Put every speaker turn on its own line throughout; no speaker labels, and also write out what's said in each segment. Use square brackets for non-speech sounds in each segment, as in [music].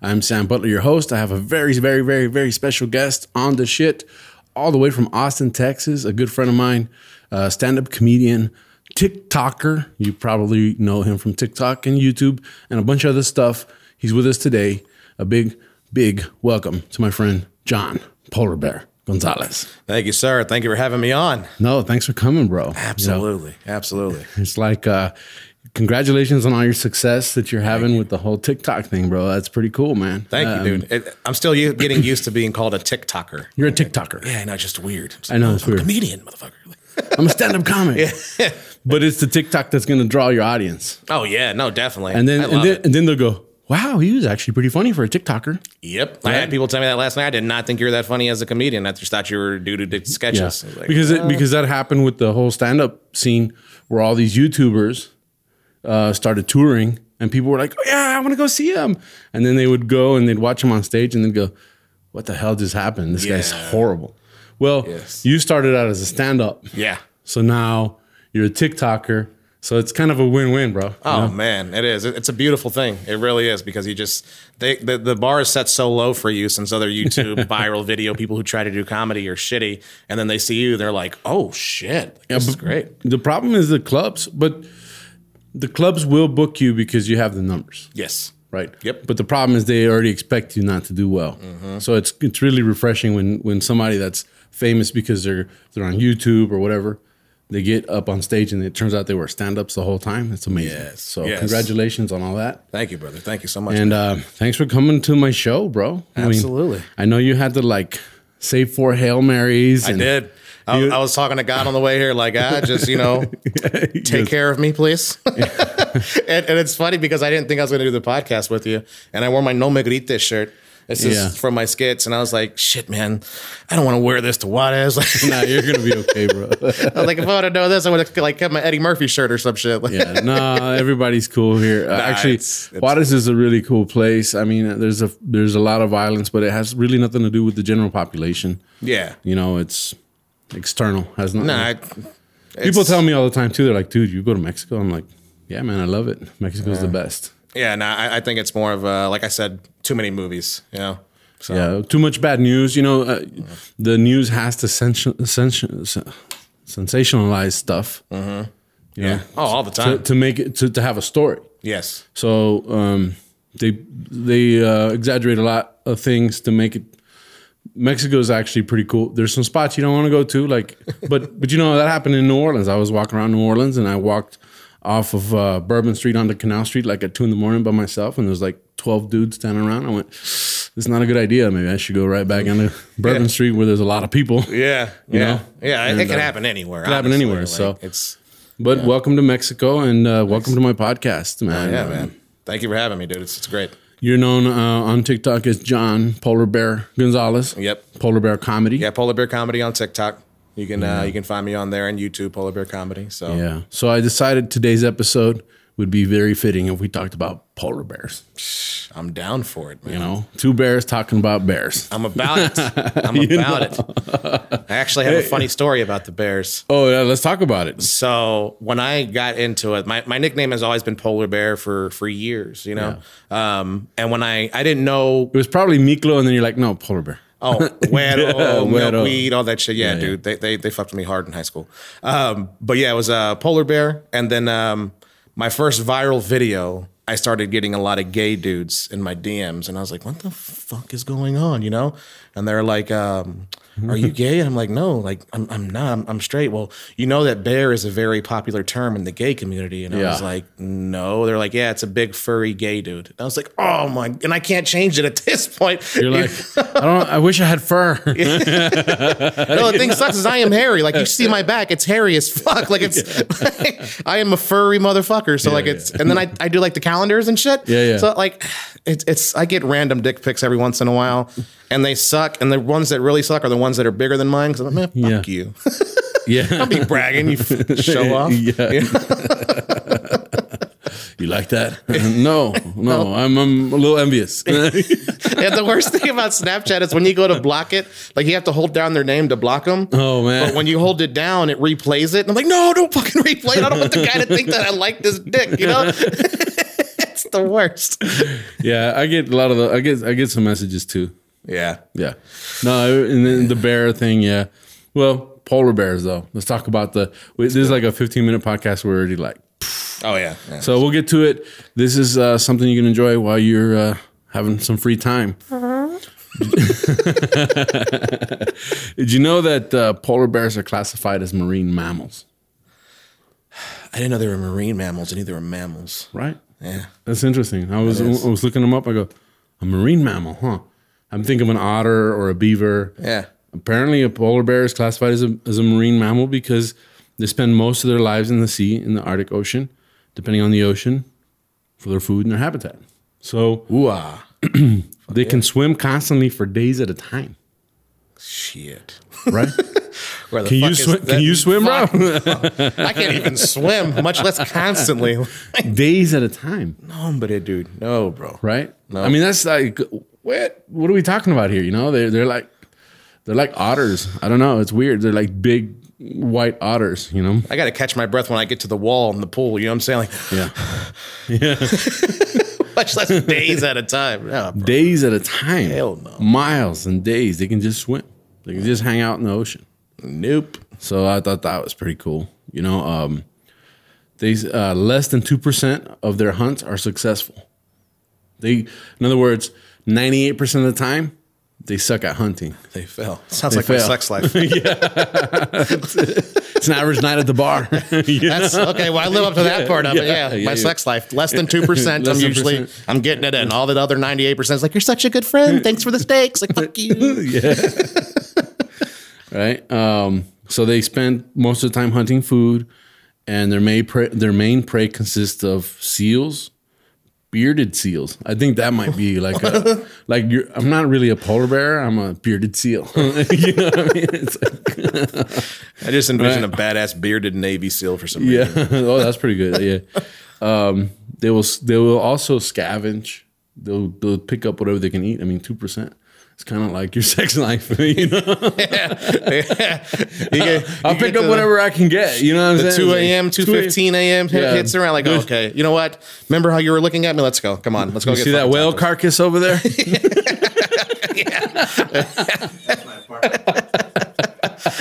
I'm Sam Butler, your host. I have a very, very, very, very special guest on the shit, all the way from Austin, Texas. A good friend of mine, uh, stand-up comedian, TikToker. You probably know him from TikTok and YouTube and a bunch of other stuff. He's with us today. A big, big welcome to my friend John Polar Bear Gonzalez.
Thank you, sir. Thank you for having me on.
No, thanks for coming, bro.
Absolutely. Absolutely.
It's like, uh, congratulations on all your success that you're having with the whole TikTok thing, bro. That's pretty cool, man.
Thank
Um,
you, dude. It, I'm still u- getting used to being called a TikToker.
You're a TikToker.
Yeah, no, just weird. Just,
I know, it's
I'm
weird.
A comedian, motherfucker.
I'm a stand-up comic. [laughs] But it's the TikTok that's going to draw your audience,
oh, yeah. No, definitely.
and then
I love
and then,
it.
and then they'll go, "Wow, he was actually pretty funny for a TikToker."
Yep. I had people tell me that last night. I did not think you were that funny as a comedian. I just thought you were a dude who did sketches. I was like,
because it, because that happened with the whole stand-up scene where all these YouTubers uh, started touring, and people were like, "Oh yeah, I want to go see him," and then they would go and they'd watch him on stage, and then go, "What the hell just happened? This guy's
Yeah.
horrible." Well,
Yes.
you started out as a stand-up,
yeah.
so now you're a TikToker. So it's kind of a win-win, bro.
Oh man, it is. It- It's a beautiful thing. It really is because you just they the, the bar is set so low for you since other
[laughs]
YouTube viral video people who try to do comedy are shitty, and then they see you, they're like, oh shit, this is
but-
great.
The problem is the clubs, but the clubs will book you because you have the numbers,
Yes.
right?
Yep. Mm-hmm.
But the problem is they already expect you not to do well. So it's it's really refreshing when when somebody that's famous because they're they're on YouTube or whatever, they get up on stage and it turns out they were stand ups the whole time. It's amazing.
Yes,
So
yes.
congratulations on all that.
Thank you, brother. Thank you so much.
And uh, thanks for coming to my show, bro. I mean,
Absolutely.
I know you had to like say four Hail Marys.
I
and
did. I,
You-
I was talking to God on the way here, like, ah, just you
[laughs]
know,
He
take
goes,
care of me, please.
[laughs]
and, [laughs] and it's funny because I didn't think I was going to do the podcast with you, and I wore my No Me Grites shirt. This is
Yeah.
from my skits, and I was like, "Shit, man, I don't want to wear this to Juarez." [laughs] Like,
Nah, you're gonna be okay,
[laughs]
bro.
I was like, if I would have known this, I would have like kept my Eddie Murphy shirt or some shit. Like,
yeah, no, everybody's cool here. Uh, Actually,
it's- it's-
Juarez is a really cool place. I mean, there's a there's a lot of violence, but it has really nothing to do with the general population.
[laughs] yeah.
You know, it's external. Has nothing.
Nah, I,
People tell me all the time too. They're like, "Dude, you go to Mexico." I'm like, "Yeah, man, I love it. Mexico's the best."
yeah, nah, I, I think it's more of uh, like I said, too many movies. You know, so
Yeah, too much bad news. You know, uh, the news has to sens- sens- sensationalize stuff. Mm-hmm.
yeah. Oh, all the
to,
time.
to make it to, to have a story.
yes.
So um, they they uh, exaggerate a lot of things to make it. Mexico is actually pretty cool. There's some spots you don't want to go to, like,
[laughs]
but but you know that happened in New Orleans. I was walking around New Orleans and I walked off of uh, Bourbon Street onto Canal Street like at two in the morning by myself, and there's like twelve dudes standing around. I went, "This is not a good idea. Maybe I should go right back
[laughs]
into Bourbon Street where there's a lot of people."
Yeah.
You
yeah.
know?
Yeah. It, it
And,
can
uh,
happen anywhere. It
can happen anywhere, so-
it's
But welcome to Mexico and uh, welcome to my podcast, man.
Oh, yeah,
Um,
man. Thank you for having me, dude. It's, it's great.
You're known uh, on TikTok as John Polar Bear Gonzalez.
Yep.
Polar Bear Comedy.
Yeah, Polar Bear Comedy on TikTok. You can uh, you can find me on there and YouTube Polar Bear Comedy. So
Yeah. So I decided today's episode would be very fitting if we talked about polar bears.
I'm down for it, man.
You know, two bears talking about bears.
I'm about
[laughs]
it. I'm about it. I actually have a funny story about the Bears.
Oh, yeah, let's talk about it.
So when I got into it, my, my nickname has always been Polar Bear for for years, you know. Um, and when I I didn't know
It was probably Miklo, and then you're like, no, polar bear.
Oh,
[laughs]
güero,
güero.
milkweed, all that shit. Yeah, dude, They, they they fucked me hard in high school. Um, but yeah, it was a polar bear, and then um, my first viral video. I started getting a lot of gay dudes in my DMs, and I was like, "What the fuck is going on?" You know, and they're like, um, "Are you gay?" And I'm like, "No, like I'm, I'm not. I'm, I'm straight." Well, you know that bear is a very popular term in the gay community, and I was
Yeah.
like, "No." They're like, "Yeah, it's a big furry gay dude." And I was like, "Oh my!" And I can't change it at this point.
You're
[laughs]
like, I don't. I wish I had fur.
No,
[laughs]
the thing sucks is I am hairy. Like you see my back, [laughs] it's hairy as fuck. Like it's, I am a furry motherfucker. So like it's, and then I, I do like the calendars and shit.
Yeah, yeah.
So like, it's it's I get random dick pics every once in a while, and they suck. And the ones that really suck are the ones that are bigger than mine. Because I'm like, man, fuck
Yeah.
you.
[laughs]
[laughs]
Yeah.
Don't be bragging, you f- show off.
Yeah. [laughs] You like that? [laughs] no, no, I'm, I'm a little
[laughs]
envious. [laughs]
And the worst thing about Snapchat is when you go to block it, like you have to hold down their name to block them.
Oh, man.
But when you hold it down, it replays it. And I'm like, no, don't fucking replay it. I don't want the guy to think that I like this dick. You know, [laughs] it's the worst.
yeah, I get a lot of the. I get I get some messages too.
Yeah.
Yeah, no, and then the bear thing. Yeah, well, polar bears though. Let's talk about the. wait, This is like a 15 minute podcast. We're already like,
Oh yeah. yeah.
so we'll get to it. This is uh, something you can enjoy while you're uh, having some free time. Did you know that uh, polar bears are classified as marine mammals?
I didn't know they were marine mammals, and either were mammals.
Right.
Yeah.
That's interesting. I was I was looking them up. I go, a marine mammal, huh? I'm thinking of an otter or a beaver.
Yeah.
Apparently, a polar bear is classified as a, as a marine mammal because they spend most of their lives in the sea, in the Arctic Ocean, depending on the ocean, for their food and their habitat. So
Ooh ah.
[clears throat] they can swim constantly for days at a time,
Shit.
right?
Where the
can
[laughs] fuck
you
is
swim?
that-
Can you swim, bro?
[laughs] I can't even swim, much less constantly.
[laughs]
[laughs]
days at a time,
no, but it, dude. No, bro.
right? I mean, that's like what? What are we talking about here? You know, they're they're like they're like otters. I don't know. It's weird. They're like big white otters. You know?
I got to catch my breath when I get to the wall in the pool. You know what I'm saying? Like, [laughs]
Yeah.
much [laughs] less days at a time. Yeah, bro.
days at a time.
Hell no.
Miles and days. They can just swim. They can just hang out in the ocean.
Nope.
So I thought that was pretty cool. You know, um, they uh, less than two percent of their hunts are successful. They, in other words, ninety-eight percent of the time, they suck at hunting.
They fell. Sounds like my
fail.
sex [laughs] life.
It's an average night at the bar. [laughs] Yeah.
That's okay. Well, I live up to that part of it.
Yeah,
Yeah,
yeah,
my
yeah.
sex life less than [laughs] two percent. I'm
Less than
usually
percent.
I'm getting it in. All that other ninety eight percent is like you're such a good [laughs] friend. Thanks for the steaks. Like fuck you.
right? Um, so they spend most of the time hunting food, and their main prey, their main prey consists of seals, bearded seals. I think that might be like
[laughs]
a, like you're, I'm not really a polar bear. I'm a bearded seal. [laughs] you know what I mean? It's like,
I just envision a badass bearded Navy SEAL for some reason.
yeah. [laughs] oh, that's pretty good. Yeah. Um, they will s- they will also scavenge. They'll they'll pick up whatever they can eat. I mean, two percent. It's kind of like your [laughs] sex life, you know.
[laughs] You get-
I'll
you
pick
get
up
to
whatever I can get. You know what I'm
The
saying?
two
It's like,
a.m., two fifteen a.m. hit-
Yeah.
hits around like
Good.
okay, you know what? Remember how you were looking at me? Let's go. Come on, let's go.
You see that whale carcass over
[laughs]
there?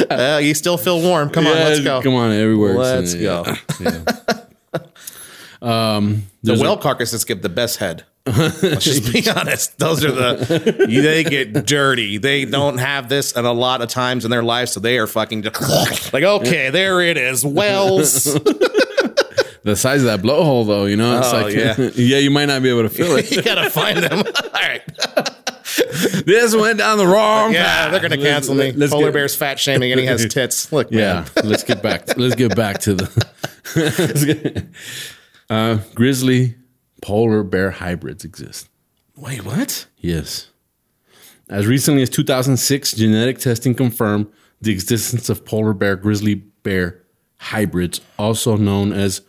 Uh, you still feel warm. Come on,
Yeah,
let's go.
Come on, everywhere. it's in
Let's
it,
go.
[laughs] yeah.
The whale Um, carcasses give the
[laughs]
best head. Let's just be honest. Those are the you- they get dirty. They don't have this and a lot of times in their life, so they are fucking just [laughs] like okay, there it
[laughs]
is. Whales.
The size of that blowhole, though, you know, it's
Oh,
like, [laughs] yeah.
yeah.
you might not be able to feel
[laughs]
it.
[laughs] you gotta find them. All right.
this went down the wrong
Yeah, they're gonna
Let's-
cancel me.
let's
Polar
get-
bear's fat shaming and he
[laughs]
has tits. Look, man.
Yeah, let's get back. Let's get back to the [laughs] Let's get- uh, grizzly polar bear hybrids exist.
Wait, what?
Yes. As recently as 2006, genetic testing confirmed the existence of polar bear grizzly bear hybrids, also known as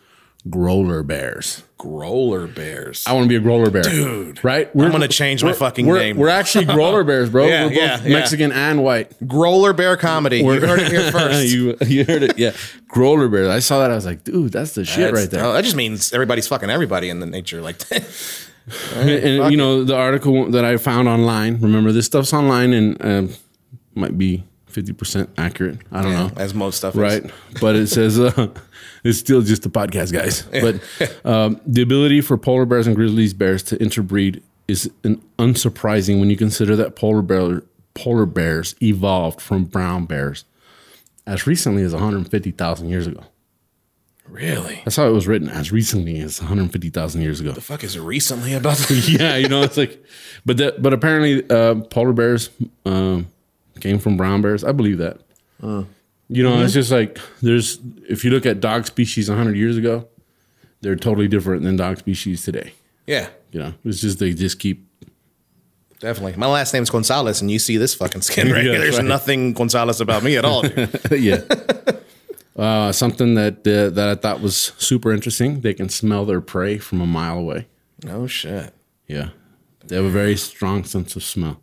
growler bears.
Growler bears.
I want to be a growler bear, dude. Right? We're,
I'm gonna change my
we're-
fucking
we're,
name.
We're actually
[laughs]
growler bears, bro.
Yeah,
we're both
yeah, yeah.
Mexican and white. [laughs]
Growler bear comedy. You heard it here first.
you, you heard it, yeah. growler bears. I saw that. I was like, dude, that's the shit
That's-
right there.
oh, that just means everybody's fucking everybody in the nature like [laughs] that.
and you know the article that I found online. Remember, this stuff's online and um, might be fifty percent accurate. I don't know.
As most stuff is.
right? But it says uh, [laughs] it's still just a podcast, guys. But um, the ability for polar bears and grizzlies bears to interbreed is an unsurprising when you consider that polar bear polar bears evolved from brown bears as recently as 150,000 years ago.
Really?
That's how it was written. As recently as 150,000 years ago.
fuck is recently about
[laughs]
[laughs]
yeah, you know, it's like, but that, but apparently, uh, polar bears um, came from brown bears. I believe that. You know, it's just like there's if you look at dog species 100 years ago, they're totally different than dog species today.
Yeah,
You know, it's just they just keep [laughs]
definitely. My last name's Gonzalez, and you see this fucking skin right
[laughs] Yeah,
here.
that's
There's
right.
nothing Gonzalez about me at all.
[laughs]
dude.
yeah. Uh, something that uh, that I thought was super interesting. They can smell their prey from a mile away.
no shit.
Yeah, they have a very strong sense of smell.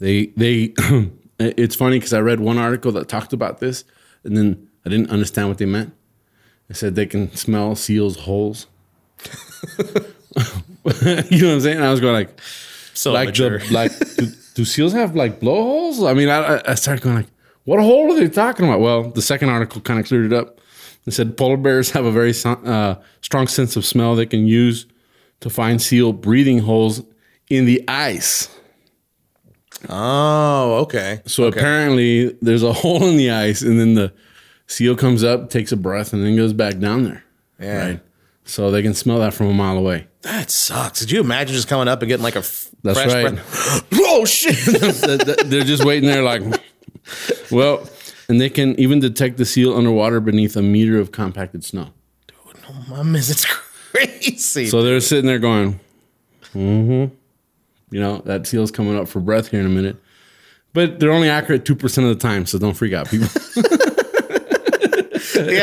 They they. [clears throat] it's funny because I read one article that talked about this, and then I didn't understand what they meant. It said they can smell seals' holes. [laughs] you know what I'm saying? And I was going like,
So
like
mature.
the like do, do seals have like blowholes? I mean, I, I- I started going like, what hole are they talking about? Well, the second article kind of cleared it up. It said polar bears have a very so- uh, strong sense of smell they can use to find seal breathing holes in the ice.
oh, okay.
So apparently, there's a [laughs] hole in the ice, and then the seal comes up, takes a breath, and then goes back down there.
Yeah.
So they can smell that from a mile away.
That sucks. Did you imagine just coming up and getting like a f-
That's
fresh
right.
breath? [gasps] oh shit! [laughs]
That- that- they're just waiting there like well and they can even detect the seal underwater beneath a meter of compacted snow
Mom is it's [laughs] crazy.
so they're sitting there going mm-hmm you know that seal's coming up for breath here in a minute but they're only accurate 2% of the time so don't freak out people [laughs]
yeah,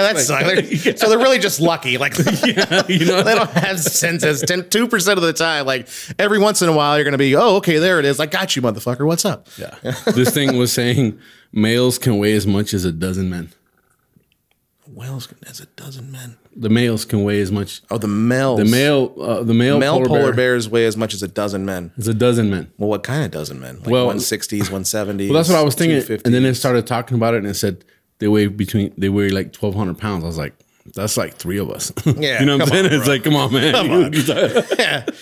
that sucks. They're- So they're really just lucky. Like [laughs]
you know
they don't have senses. Two percent of the time, like every once in a while, you're gonna be, oh, okay, there it is. I got you, motherfucker. What's up?
[laughs] yeah. this thing was saying males can weigh as much as a dozen men
Whales as a dozen men.
the males can weigh as much
Oh, the males.
the male uh, the male,
Male polar,
polar, bear,
bears weigh as much as a dozen men.
is a dozen men
Well, what kind of dozen men? Like
Well-
160s, 170s.
Well, that's what I was thinking. And then they started talking about it, and it said they weigh between they weigh like twelve hundred pounds. I was like, that's like three of us. [laughs]
Yeah,
you know what I'm
come
saying?
on,
it's
bro.
like, come on, man. [laughs]
yeah. [laughs]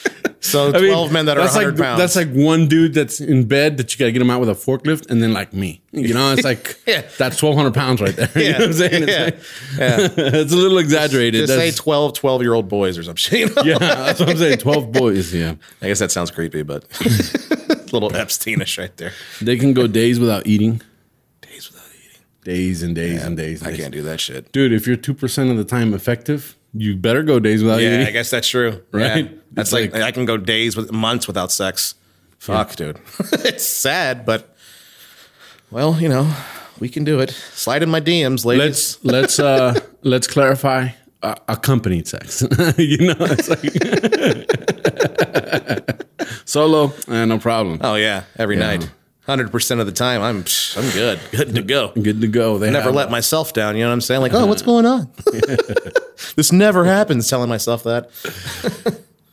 So 12
I mean,
men that are
that's
100
like,
pounds.
That's like one dude that's in bed that you got to get him out with a forklift, and then like me. You know,
[laughs]
it's like
Yeah.
that's twelve hundred pounds right there. [laughs] you
Yeah.
know what I'm saying? It's,
Yeah.
like- [laughs] it's a little exaggerated.
Just
[laughs]
say
that's,
12, 12 year old boys or some shit. you know?
yeah, that's what I'm saying.
[laughs]
Twelve boys. Yeah,
I guess that sounds creepy,
[laughs]
but [laughs] little Epsteinish right there.
they can go days without eating,
Days without eating.
days and days and days. And
I
days.
can't do that shit.
dude. If you're two percent of the time effective, you better go days without eating.
Yeah, I guess that's [laughs] true.
Right?
Yeah. That's
It's
like,
like-
I can go days with months without sex. Fuck, dude. [laughs] it's sad, but well, you know, we can do it. Slide in my DMs, ladies.
let's let's
[laughs]
uh let's clarify uh, accompanied sex [laughs] you know it's like [laughs] solo eh, no problem
oh yeah, every night. 100% of the time, I'm psh, I'm good. [laughs] Good to go.
good to go they
Never
have-
let myself down, you know what I'm saying? Like, oh, what's going [laughs] on? this never happens telling myself that.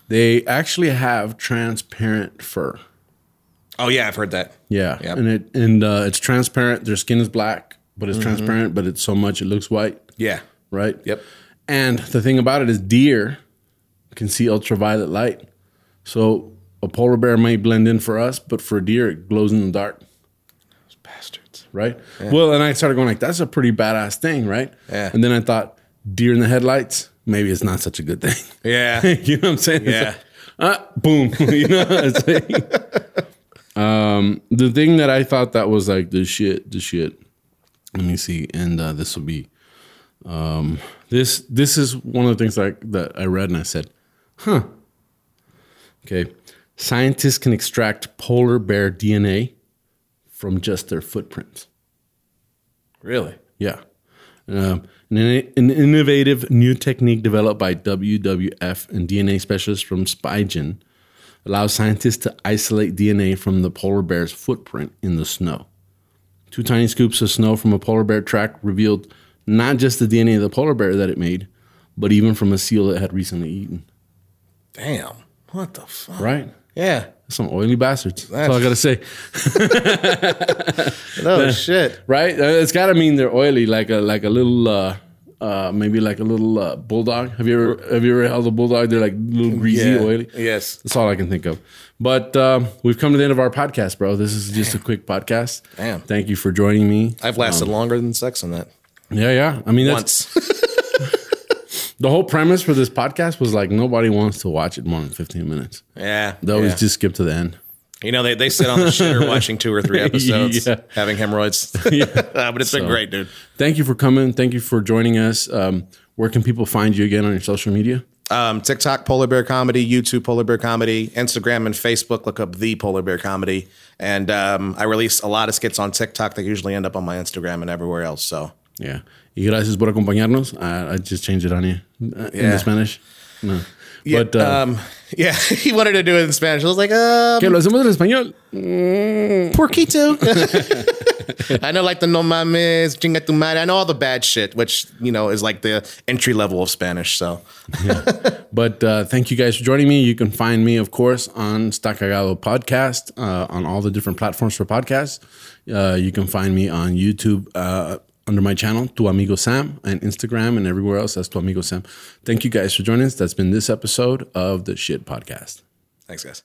they actually have transparent fur
Oh yeah, I've heard that.
yeah
Yep.
and it and uh it's transparent their skin is black but
Mm-hmm.
it's transparent but it's so much it looks white
Yeah.
right
Yep.
and the thing about it is deer can see ultraviolet light so a polar bear may blend in for us but for a deer it glows in the dark
Bastards.
right? Well, and I started going like, that's a pretty badass thing, right?
Yeah.
And then I thought, deer in the headlights, maybe it's not such a good thing.
[laughs] Yeah.
you know what I'm saying? It's
Yeah.
like, ah, boom. [laughs] you know what I'm saying? um, the thing that I thought that was like the shit, the shit. Let me see, and uh, this will be. Um, this this is one of the things like that I read and I said, huh. Okay, scientists can extract polar bear DNA from just their footprints.
really?
Yeah. Um, an, in- an innovative new technique developed by WWF and DNA specialists from Spygen allows scientists to isolate DNA from the polar bear's footprint in the snow. Two tiny scoops of snow from a polar bear track revealed not just the DNA of the polar bear that it made, but even from a seal it had recently eaten.
Damn. What the fuck?
Right?
Yeah.
Some oily bastards. That's all I gotta say.
[laughs] Oh shit.
Right? Uh, It's gotta mean they're oily, like a like a little uh, uh, maybe like a little uh, bulldog. Have you ever have you ever held a bulldog? They're like little greasy,
Yeah.
oily.
Yes.
That's all I can think of. But um, we've come to the end of our podcast, bro. This is just a quick podcast.
Damn.
Thank you for joining me.
I've lasted longer than sex on that.
Yeah, yeah. I mean, that's,
Once.
the whole premise for this podcast was like nobody wants to watch it more than fifteen minutes.
[laughs] yeah.
They always
yeah.
just skip to the end.
you know, they, they sit on the shitter watching two or three [laughs] episodes,
Yeah.
having hemorrhoids. [laughs] Uh, but it's been great, dude.
Thank you for coming. Thank you for joining us. Um, where can people find you again on your social media?
Um, TikTok Polar Bear Comedy, YouTube Polar Bear Comedy, Instagram and Facebook. Look up the Polar Bear Comedy, and um, I release a lot of skits on TikTok that usually end up on my Instagram and everywhere else. So
Yeah. Y gracias por acompañarnos. I, I just changed it on you uh, in
Yeah.
the Spanish. No.
Yeah,
but uh,
um, [laughs] yeah, he wanted to do it in Spanish. I was like, um,
que lo hacemos en español.
porquito. [laughs] I know like the no mames, chinga tu madre. I know all the bad shit, which you know is like the entry level of Spanish. So
But uh, thank you guys for joining me. You can find me, of course, on Stacagado Podcast uh, on all the different platforms for podcasts. Uh, you can find me on YouTube uh, under my channel, Tu Amigo Sam, and Instagram and everywhere else. That's Tu Amigo Sam. Thank you guys for joining us. That's been this episode of the Shit Podcast.
thanks, guys.